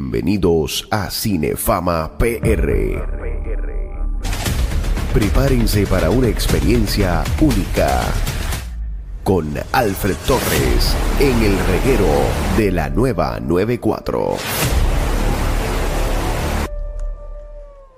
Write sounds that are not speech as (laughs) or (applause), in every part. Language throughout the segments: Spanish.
Bienvenidos a Cinefama PR. Prepárense para una experiencia única con Alfred Torres en el reguero de la nueva 94.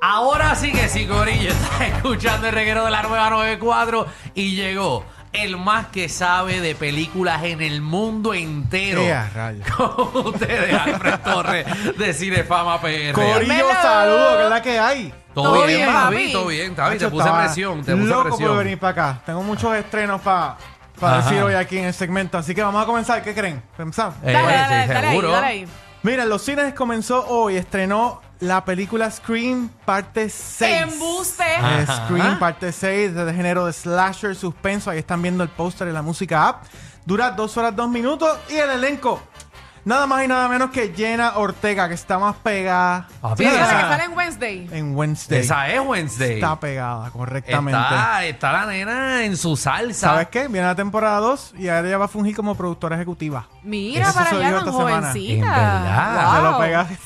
Ahora sí que sí, Corillo. (laughs) Estás escuchando el reguero de la nueva 94 y llegó el más que sabe de películas en el mundo entero. ¡Ea, (laughs) rayos! Con ustedes, Alfred Torres de Cinefama PR. Corillo, Dímelo. saludos, que es la que hay. Todo bien, Javi, papi? todo bien, Javi. Te Hacho, puse estaba presión, te puse loco por presión. venir para acá. Tengo muchos estrenos para Ajá. decir hoy aquí en el segmento. Así que vamos a comenzar. ¿Qué creen? ¿Comenzamos? Eh, Dale, sí, dale, dale ahí, seguro. dale ahí. Mira, los cines comenzó hoy. Estrenó la película Scream parte 6. Embuste. Eh, Ajá. Scream parte 6 de género de slasher suspenso. Ahí están viendo el póster y la música app. Dura 2 horas 2 minutos y el elenco. Nada más y nada menos que Jenna Ortega, que está más pegada. Papi, Sí, esa es la que esa, sale en Wednesday. En Wednesday. esa es Wednesday. Está pegada, correctamente. Está, está la nena en su salsa. ¿Sabes qué? Viene la temporada 2 y ahora ella va a fungir como productora ejecutiva. Mira Eso para se allá dijo tan esta semana. jovencita. En verdad. Se lo Wow. pega. (laughs)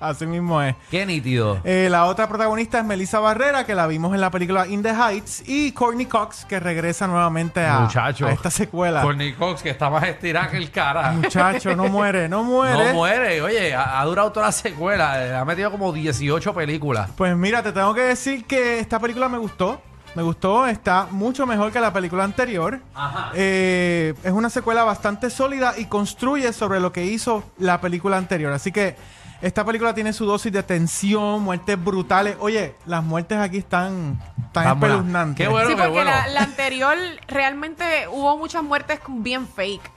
Así mismo es. Qué nítido. Eh, la otra protagonista es Melissa Barrera, que la vimos en la película In the Heights, y Courtney Cox, que regresa nuevamente a, Muchacho. a esta secuela. Courtney Cox, que está más estirada que el (laughs) cara. Muchacho, no muere, no (laughs) muere. No muere, oye, ha, ha durado toda la secuela, eh, ha metido como 18 películas. Pues mira, te tengo que decir que esta película me gustó. Me gustó, está mucho mejor que la película anterior. Ajá. Eh, es una secuela bastante sólida y construye sobre lo que hizo la película anterior. Así que esta película tiene su dosis de tensión, muertes brutales. Oye, las muertes aquí están tan Están buenas. espeluznantes. Qué bueno. Sí, que porque La, la anterior realmente hubo muchas muertes bien fake.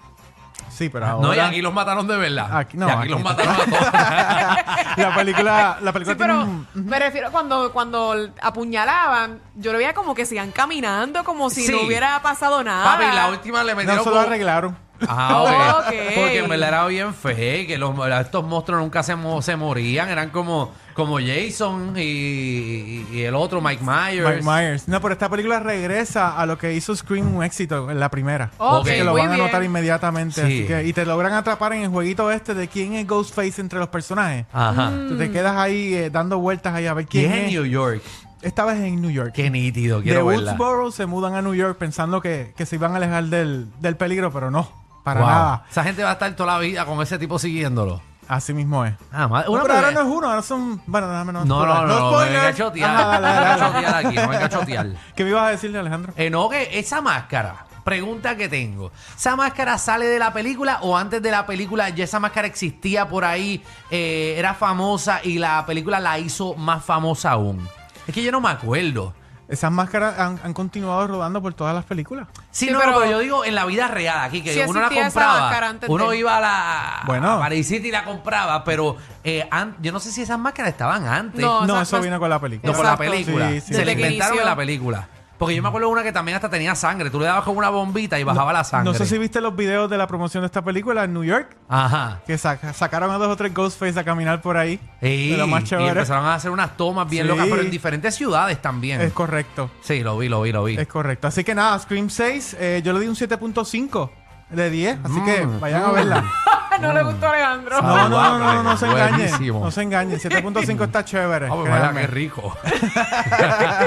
Sí, pero No, y ahora aquí los mataron de verdad. Ah, Aquí- no, y aquí, aquí los está- mataron a todos. la película, la película Sí, tiene pero un- me refiero cuando, cuando apuñalaban, yo lo veía como que sigan caminando, como si Sí. no hubiera pasado nada. Papi, la última le metieron No se lo como- arreglaron. Ah, ok. Ah. Ok. Porque en verdad era bien fake. que los- estos monstruos nunca se, mo- se morían. Eran como, como Jason y, y el otro, Mike Myers. Mike Myers. No, pero esta película regresa a lo que hizo Scream un éxito en la primera. Ok, Así que lo muy van a notar bien. inmediatamente. Sí. Así que, y te logran atrapar en el jueguito este de quién es Ghostface entre los personajes. Ajá. Tú Mm. te quedas ahí eh, dando vueltas ahí a ver ¿Quién quién es en es. New York? Esta vez en New York. Qué nítido, de quiero verla. Woodsboro se mudan a New York pensando que, que se iban a alejar del, del peligro, pero no, para Wow. nada. Esa gente va a estar toda la vida con ese tipo siguiéndolo. Así mismo es. Ah, madre- No, una pero ahora pelea. no es uno, ahora son. Bueno, déjame no. No, no, spoiler. Ah, no, no, me venga a spoiler. chotear. Ajá, dale, dale, Me venga a (laughs) dale. chotear aquí, me venga a chotear. ¿Qué me ibas a decirle, Alejandro? Eh, no, que esa máscara, pregunta que tengo, ¿esa máscara sale de la película o antes de la película ya esa máscara existía por ahí, eh, era famosa y la película la hizo más famosa aún? Es que yo no me acuerdo. Esas máscaras han, han continuado rodando por todas las películas. Sí, Sí, no, pero- pero yo digo en la vida real, aquí, que Sí uno la existía esa máscara compraba. antes de- Uno iba a la Bueno. a Paris City y la compraba, pero eh, an- yo no sé si esas máscaras estaban antes. No, No, esa- eso las- vino con la película. No, con la Exacto. película. Sí, sí. Se le Desde que inventaron en inició. la película. Porque yo me acuerdo de una que también hasta tenía sangre. Tú le dabas con una bombita y bajaba la sangre. No sé si viste los videos de la promoción de esta película en New York, Ajá. que saca- sacaron a dos o tres Ghostface a caminar por ahí. Y, de lo más y chévere. empezaron a hacer unas tomas bien Sí. locas, pero en diferentes ciudades también. Es correcto, sí, lo vi, lo vi, lo vi. es correcto. Así que nada, Scream 6, eh, yo le di un 7.5 de 10, así que Mm. vayan a verla. (laughs) no le gustó a Alejandro. No, no, no, no, no, no se engañen. Buenísimo. No se engañen, 7.5 está chévere. Ah, pues, créanme. vaya, qué rico. (laughs) (laughs)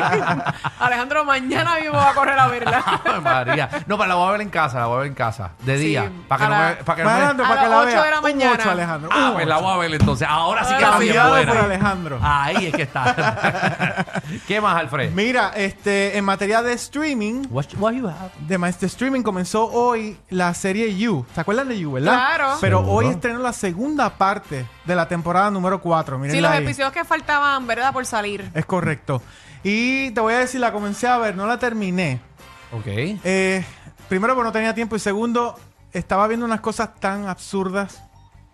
Alejandro, mañana mismo va a correr a (laughs) verla. Ay, María. No, pero la voy a ver en casa, la voy a ver en casa. De Sí, día. Para que a no la- me. Para que no me... Alejandro, A para que las la ocho de vea. la Un mañana. ocho, Alejandro. Ah, un pues la ocho. voy a ver entonces. Ahora sí que la vi Cambiado buena. por Alejandro. Ahí es que está. (laughs) ¿Qué más, Alfred? Mira, este, en materia de streaming, What, what you have? de más de streaming comenzó hoy la serie You. ¿Se acuerdan de You, verdad? Claro. Pero Seguro. hoy estrenó la segunda parte de la temporada número 4. Miren Sí, los episodios que faltaban, ¿verdad? Por salir. Es correcto. Y te voy a decir, la comencé a ver, no la terminé. Ok. Eh, primero, porque no tenía tiempo. Y segundo, estaba viendo unas cosas tan absurdas,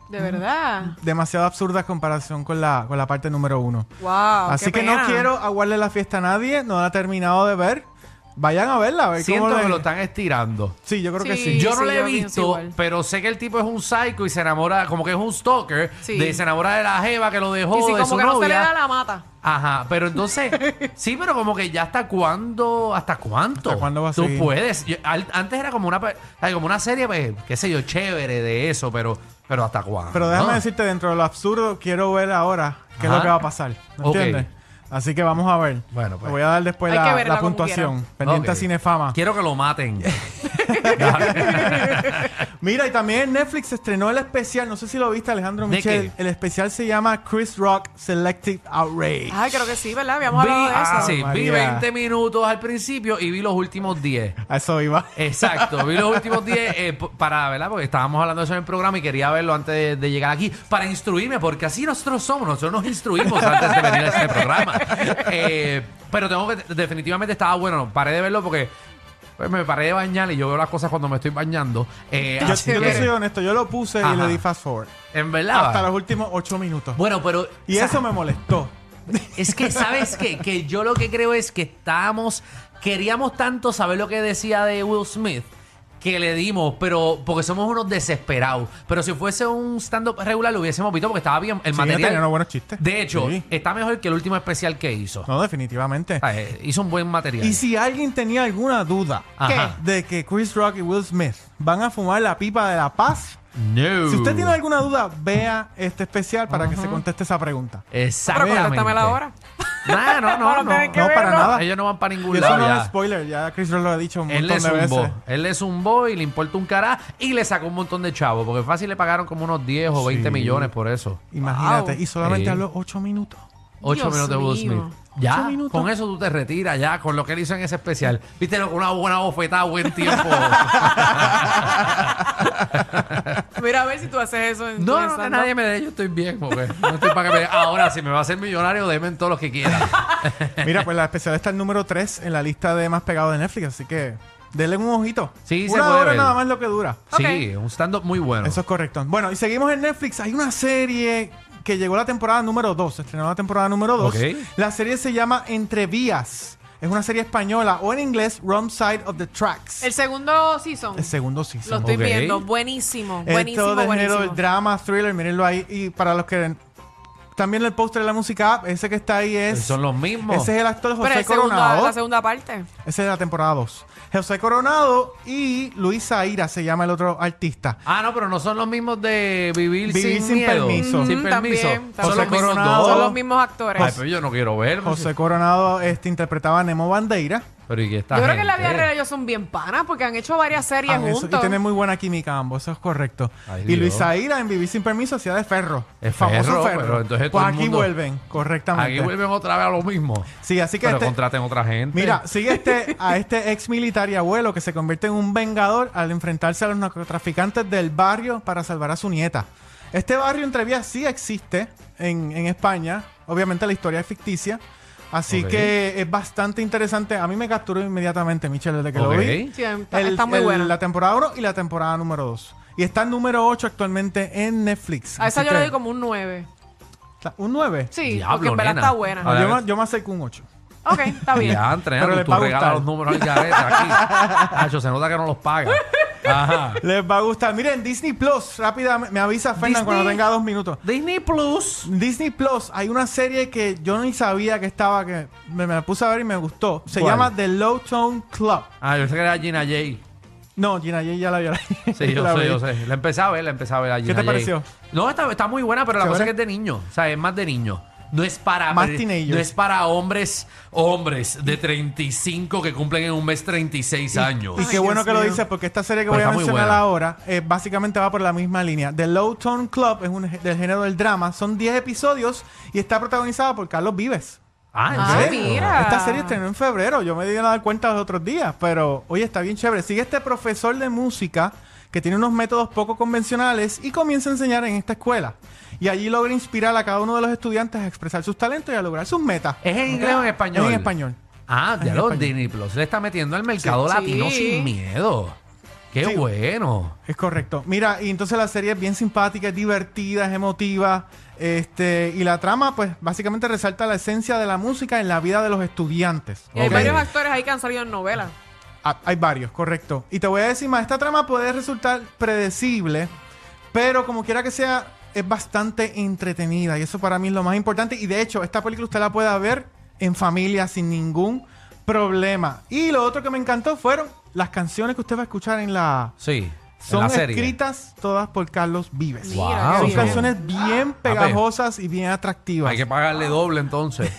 De verdad. demasiado absurdas en comparación con la, con la parte número 1. Wow. Así Oh, qué que pena. no quiero aguarle la fiesta a nadie, no la he terminado de ver. Vayan a verla, a ver Siento cómo que les- lo están estirando. Sí, yo creo que sí. Sí, Yo no sí, lo he yo pienso visto, igual. pero sé que el tipo es un psycho y se enamora, como que es un stalker, Sí. de, se enamora de la jeva que lo dejó, Y si de como su que no se le novia. da la mata. Ajá, pero (laughs) entonces, sí, pero como que ya hasta cuándo, hasta cuánto, ¿Hasta cuándo va a tú seguir? puedes. Yo- al- antes era como una, pe- ay, como una serie, pues, qué sé yo, chévere de eso, pero Pero hasta cuándo. Pero déjame decirte, dentro de lo absurdo, quiero ver ahora qué es Ah. Ajá. lo que va a pasar. ¿Me Ok. entiendes? Así que vamos a ver. Bueno, pues. Te voy a dar después Hay que la, verla la como puntuación. quiera. Pendiente a Ok. Cinefama. Quiero que lo (laughs) maten. Mira, y también en Netflix se estrenó el especial. No sé si lo viste, Alejandro ¿De Michel. qué? El especial se llama Chris Rock Selective Outrage. Ay, creo que sí, ¿verdad? Habíamos Vi, hablado de eso. ah, sí, vi María. 20 minutos al principio y vi los últimos 10. A eso (laughs) iba. Eh, Exacto, vi los últimos 10 eh, p- para, ¿verdad? Porque estábamos hablando de eso en el programa y quería verlo antes de, de llegar aquí para instruirme, porque así nosotros somos, nosotros nos instruimos antes de venir a este programa. Eh, pero tengo que, definitivamente estaba bueno, paré de verlo porque pues, me paré de bañar y yo veo las cosas cuando me estoy bañando. Eh, Yo, así yo que, te soy honesto, yo lo puse Ajá. y le di fast forward. en verdad. Hasta los últimos ocho minutos. Bueno, pero y eso me molestó. Es que, ¿sabes qué? Que yo lo que creo es que estábamos. Queríamos tanto saber lo que decía de Will Smith que le dimos, pero porque somos unos desesperados. Pero si fuese un stand-up regular lo hubiésemos visto porque estaba bien. El Sí, material. tenía unos buenos chistes. De hecho, eh, Sí. está mejor que el último especial que hizo. No, definitivamente. Ah, eh, hizo un buen material. Y si alguien tenía alguna duda Ajá. de que Chris Rock y Will Smith van a fumar la pipa de la paz, No. si usted Uh. tiene alguna duda, vea este especial para que se conteste esa pregunta. Ah, Pero Exactamente. contéstamela ahora. No, no, (laughs) no. Para no. tener que No, para verlo. nada. Ellos no van para Y ningún eso lado. no es ya. spoiler, ya Chris Rock lo ha dicho un Él montón le de zumbó, veces. él le zumbó y le importa un cará y le sacó un montón de chavos, porque fácil le pagaron como unos 10 o 20 Sí. millones por eso. Imagínate, Wow. y solamente Sí. habló ocho minutos. 8 Dios minutos de Will mío. Smith. Ya, Ocho minutos. con eso tú te retiras, ya, con lo que él hizo en ese especial. Viste, lo- una buena bofetada, buen (laughs) tiempo. Mira a ver si tú haces eso en no, tu no, que stand-up. nadie me dé, yo estoy bien, porque no estoy para que me dé. Ahora, si me va a hacer millonario, denme todos los que quieran. (laughs) Mira, pues la especial está el número 3 en la lista de más pegados de Netflix, así que denle un ojito. Sí, se Una puede hora ver. nada más lo que dura. Sí, un stand-up muy bueno. Eso es correcto. Bueno, y seguimos en Netflix. Hay una serie que llegó la temporada número 2, se estrenó la temporada número 2. Ok. La serie se llama Entre Vías. Es una serie española o en inglés Wrong Side of the Tracks. El segundo season. El segundo Lo season. estoy Ok. viendo. Buenísimo. Esto Buenísimo, de género, buenísimo. el drama, thriller, mírenlo ahí. Y para los que también el póster de la música, app, ese que está ahí es... Son los mismos. Ese es el actor Pero José el segundo, Coronado. la segunda parte. Esa es la temporada 2. José Coronado y Luis Aira se llama el otro artista. Ah, no, pero no son los mismos de vivir, Vivir sin, sin miedo. permiso. Sin Mm, permiso. también, Son también. los mismos Coronado. dos. Son los mismos actores. Ay, pero yo no quiero ver. José Coronado este, interpretaba a Nemo Bandeira. Pero ¿y qué está Yo creo que en la vida gente? real ellos son bien panas porque han hecho varias series Ah, eso- juntos. y tienen muy buena química ambos, eso es correcto. Ay, y Dios. Luis Aira en Vivir sin Permiso hacía de ferro. Es famoso Ferro, ferro. pero entonces pues todo el aquí mundo- vuelven, correctamente. Aquí vuelven otra vez a lo mismo. Sí, así que Pero este- contraten otra gente. Mira, sigue este, a este ex militar y abuelo que se convierte en un vengador al enfrentarse a los narcotraficantes del barrio para salvar a su nieta. Este barrio entre vías sí existe en, en España. Obviamente la historia es ficticia. Así Ok. que es bastante interesante. A mí me capturó inmediatamente, Michelle, desde que Ok. lo vi. Sí, está, El- está muy el- buena. La temporada 1 y la temporada número 2. Y está en número 8 actualmente en Netflix. a esa Así yo le que- doy como un 9. la- ¿Un 9? Sí, Diablo, porque en verdad nena. está A buena. ver. Yo, me- yo me acerco un 8. Ok, está bien. (laughs) Ya, entrenar, Pero tú, les va a regalas gustar. los números al garete (laughs) aquí. Nacho, se nota que no los paga. Ajá. Les va a gustar. Miren, Disney Plus, rápidamente. Me avisa Fernan Disney- cuando tenga dos minutos. Disney Plus. Disney Plus, hay una serie que yo ni sabía que estaba, que me, me la puse a ver y me gustó. Se ¿Cuál? llama The Low Tone Club. Ah, yo sé que era Gina J. No, Gina, yo ya la vi. Sí, yo (laughs) la sé, vi. yo sé. La empecé a ver, la empecé a ver a Gina te J. pareció? No, está, está muy buena, pero la ¿Chévere? cosa es que es de niño. O sea, es más de niño. No es para Más no teenagers. es para hombres hombres de 35 que cumplen en un mes 36 años. Y qué Ay, bueno Dios que lo mío. dices porque esta serie que Pero voy a está muy mencionar buena. ahora eh, básicamente va por la misma línea. The Low Tone Club es un, del género del drama. Son 10 episodios y está protagonizada por Carlos Vives. Ah, ¿en Ah, serio? mira. Esta serie estrenó en febrero. Yo me di a dar cuenta los otros días, pero oye, está bien chévere. Sigue este profesor de música que tiene unos métodos poco convencionales y comienza a enseñar en esta escuela. Y allí logra inspirar a cada uno de los estudiantes a expresar sus talentos y a lograr sus metas. ¿Es en inglés o en español? Es en español. Ah, ya lo español. Disney Plus le está metiendo al mercado Sí. latino Sí. sin miedo. Qué Sí. bueno. Es correcto. Mira, y entonces la serie es bien simpática, es divertida, es emotiva. Este, y la trama, pues, básicamente resalta la esencia de la música en la vida de los estudiantes. Y hay Ok. varios actores ahí que han salido en novelas. Ah, Hay varios, correcto. Y te voy a decir más, esta trama puede resultar predecible, pero como quiera que sea, es bastante entretenida. Y eso para mí es lo más importante. Y de hecho, esta película usted la puede ver en familia sin ningún problema. Y lo otro que me encantó fueron las canciones que usted va a escuchar en la, Sí. Son la serie. escritas todas por Carlos Vives. Wow. Mira, qué Son bien. canciones bien pegajosas y bien atractivas. Hay que pagarle doble (laughs) entonces.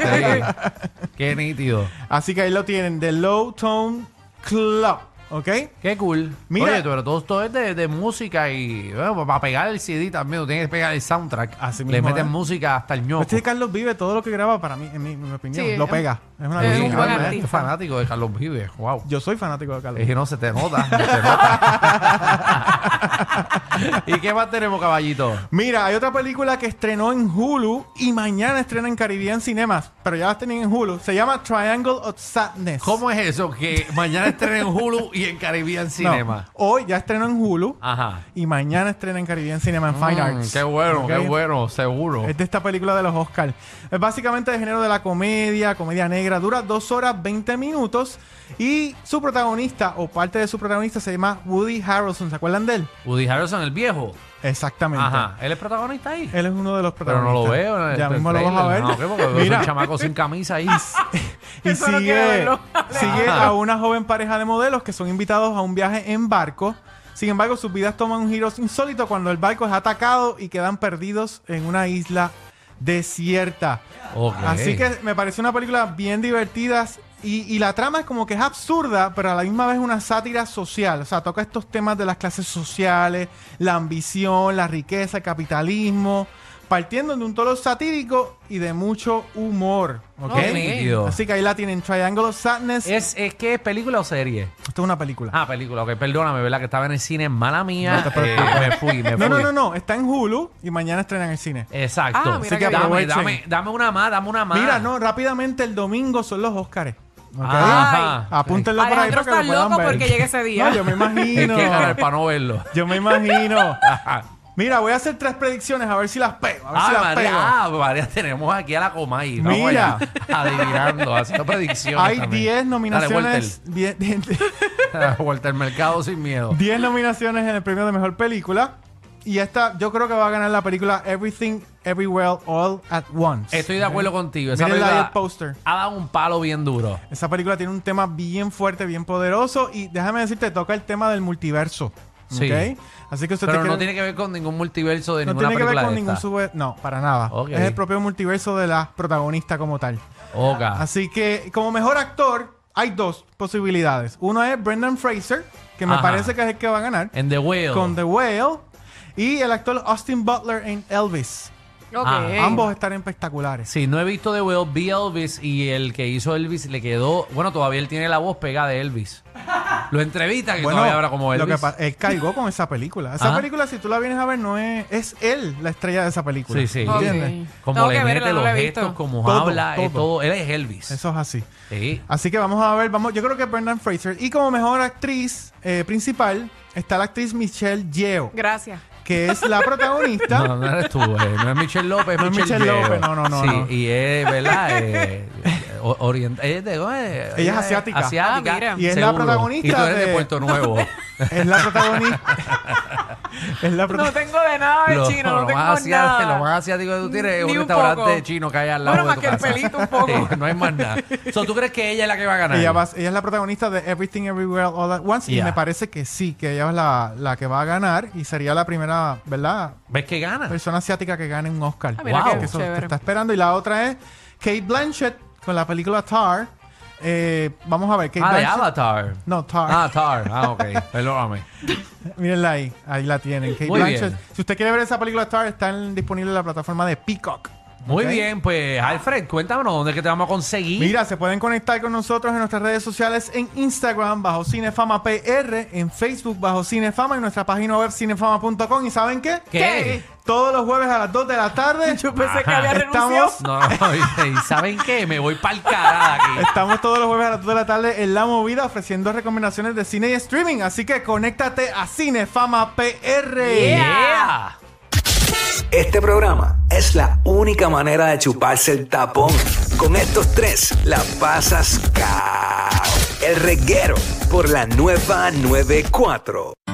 Sí. Qué nítido. Así que ahí lo tienen, The Low Tone Club, ¿ok? Qué cool. Mira. Oye, pero todo esto es de, de música y bueno, para pegar el CD también, tú tienes que pegar el soundtrack. Así Le mismo, meten ¿eh? música hasta el ñoco. Este de Carlos Vives, todo lo que graba para mí, en mi, en mi opinión, Sí, lo es- pega. Es una es Sí, un locura, buen Carlos, ¿eh? artista. este fanático de Carlos Vives. Wow. Yo soy fanático de Carlos Es que no se te nota, (laughs) se te nota. ¿Y qué más tenemos, caballito? Mira, hay otra película que estrenó en Hulu y mañana estrena en Caribbean Cinemas, pero ya las tenían en Hulu. Se llama Triangle of Sadness. ¿Cómo es eso? Que mañana estrena en Hulu y en Caribbean No, Cinema. hoy ya estrenó en Hulu Ajá. y mañana estrena en Caribbean Cinema en Fine Mm, Arts. Qué bueno, ¿Ok? qué bueno, seguro. Es de esta película de los Oscars. Es básicamente de género de la comedia, comedia negra. Dura 2 horas 20 minutos. Y su protagonista, o parte de su protagonista, se llama Woody Harrelson. ¿Se acuerdan de él? Woody Harrelson, el viejo. Exactamente. Ajá. Él es protagonista ahí. Él es uno de los Pero protagonistas. no lo veo. en Ya el mismo lo vas trailer, a ver. No, ¿qué? porque veo Mira, un chamaco sin camisa (laughs) ahí. y Eso no quiero sigue, verlo. (laughs) sigue Ajá. a una joven pareja de modelos que son invitados a un viaje en barco. Sin embargo, sus vidas toman un giro insólito cuando el barco es atacado y quedan perdidos en una isla desierta. Ok. Así que me parece una película bien divertida y, y la trama es como que es absurda, pero a la misma vez una sátira social. O sea, toca estos temas de las clases sociales, la ambición, la riqueza, el capitalismo, partiendo de un tono satírico y de mucho humor. ¿ok? Qué nítido. Así que ahí la tienen, Triangle of Sadness. ¿Es, es que es película o serie? Esto es una película. Ah, película, ok, perdóname, ¿verdad? Que estaba en el cine, mala mía. No te preocupes. Eh, me fui, me fui. no, no, no, no, está en Hulu y mañana estrenan en el cine. Exacto. Ah, mira Así que qué bien. dame, aprovechen. dame, dame una más, dame una más. Mira, no, rápidamente el domingo son los Óscares. ¿ok? Ajá. Apúntenlo por ahí para Alejandro que lo está puedan loco ver. porque llega ese día. No, yo me (laughs) Es imagino. que ganar para no verlo. Yo me imagino. Ajá. Mira, voy a hacer tres predicciones a ver si las pego. A ver si Ah, las María, pego. ah, María, tenemos aquí a la Comay. Estamos Mira. allá Adivinando, haciendo predicciones. Hay también. 10 Dale, nominaciones. 10 (laughs) Walter. (laughs) Walter Mercado sin miedo. 10 nominaciones en el premio de mejor película. Y esta, yo creo que va a ganar la película Everything, Everywhere, All at Once. Estoy de acuerdo contigo. Esa Mírenla ahí película el póster. ha dado un palo bien duro. Esa película tiene un tema bien fuerte, bien poderoso. Y déjame decirte, toca el tema del multiverso. Sí. ¿ok? Así que usted Pero te no quiere- tiene que ver con ningún multiverso de no ninguna tiene que ver película con de ningún esta. sube. No, para nada. Ok. Es el propio multiverso de la protagonista como tal. Ok. Así que como mejor actor hay dos posibilidades. Uno es Brendan Fraser, que me Ajá. parece que es el que va a ganar, En The Whale. con The Whale, y el actor Austin Butler en Elvis. Ok. Ah, Ambos están espectaculares. Sí, no he visto The Whale, vi Elvis y el que hizo Elvis le quedó. Bueno, todavía él tiene la voz pegada de Elvis. Lo entrevista que todavía habla como lo Elvis. Ah. que pa- él cargó con esa película. Esa (laughs) Ajá. película, si tú la vienes a ver, no es... Es él la estrella de esa película. Sí, sí. Ok. ¿Entiendes? Como Tengo le que verla, mete no los la he visto. gestos, como Todo, habla, es todo. todo. Él es Elvis. Eso es así. Sí. Así que vamos a ver, vamos, yo creo que Brendan Fraser. Y como mejor actriz eh, principal está la actriz Michelle Yeoh, Gracias. que es la protagonista. (laughs) No, no eres tú, eh. no es Michelle López, No es Michelle Yeoh. López, no, no, no, Sí, no. y es, ¿verdad? Eh, o- orient- ella es de- eh, es asiática. asiática, Ah, mira. Y es la seguro. protagonista Y tú eres de, de- Puerto Nuevo. (laughs) Es (laughs) la protagonista. es la No protagonista. tengo de nada de Lo- (laughs) chino, no lo tengo más asiático, nada. Lo más asiático que tú tienes es Ni un un restaurante poco. chino que hay al lado Bueno, de tu más que el casa. pelito un (laughs) poco. Sí, no hay más nada. So, ¿Tú crees que ella es la que va a ganar? Ella, va- ella es la protagonista de Everything Everywhere All at Once. Yeah. Y me parece que sí, que ella es la, la que va a ganar. Y sería la primera, ¿verdad? ¿Ves que gana? Persona asiática que gane un Oscar. Ah, mira Wow. qué que Eso te chévere. está esperando. Y la otra es Kate Blanchett con la película Tar. Eh, vamos a ver. Kate ah, de Blanchett- Avatar. No, Tar. Ah, Tar. Ah, ok. Perdóname. (laughs) Mírenla ahí. Ahí la tienen. Kate Muy Blanchett. bien. Si usted quiere ver esa película Tar, está en- disponible en la plataforma de Peacock. Muy ¿Ok? bien, pues Alfred, cuéntanos dónde es que te vamos a conseguir. Mira, se pueden conectar con nosotros en nuestras redes sociales en Instagram bajo Cinefama PR, en Facebook bajo Cinefama y en nuestra página web cinefama.com. ¿Y saben qué? ¿Qué? Todos los jueves a las 2 de (laughs) la tarde Yo pensé que había Estamos- No, renunciado. (laughs) no, y- y ¿saben qué? Me voy para el carajo aquí. (laughs) estamos todos los jueves a las 2 de la tarde en La Movida ofreciendo recomendaciones de cine y streaming. Así que conéctate a Cinefama PR. Yeah. Este programa es la única manera de chuparse el tapón. Con estos tres la pasas cao. El reguero por la nueva 94.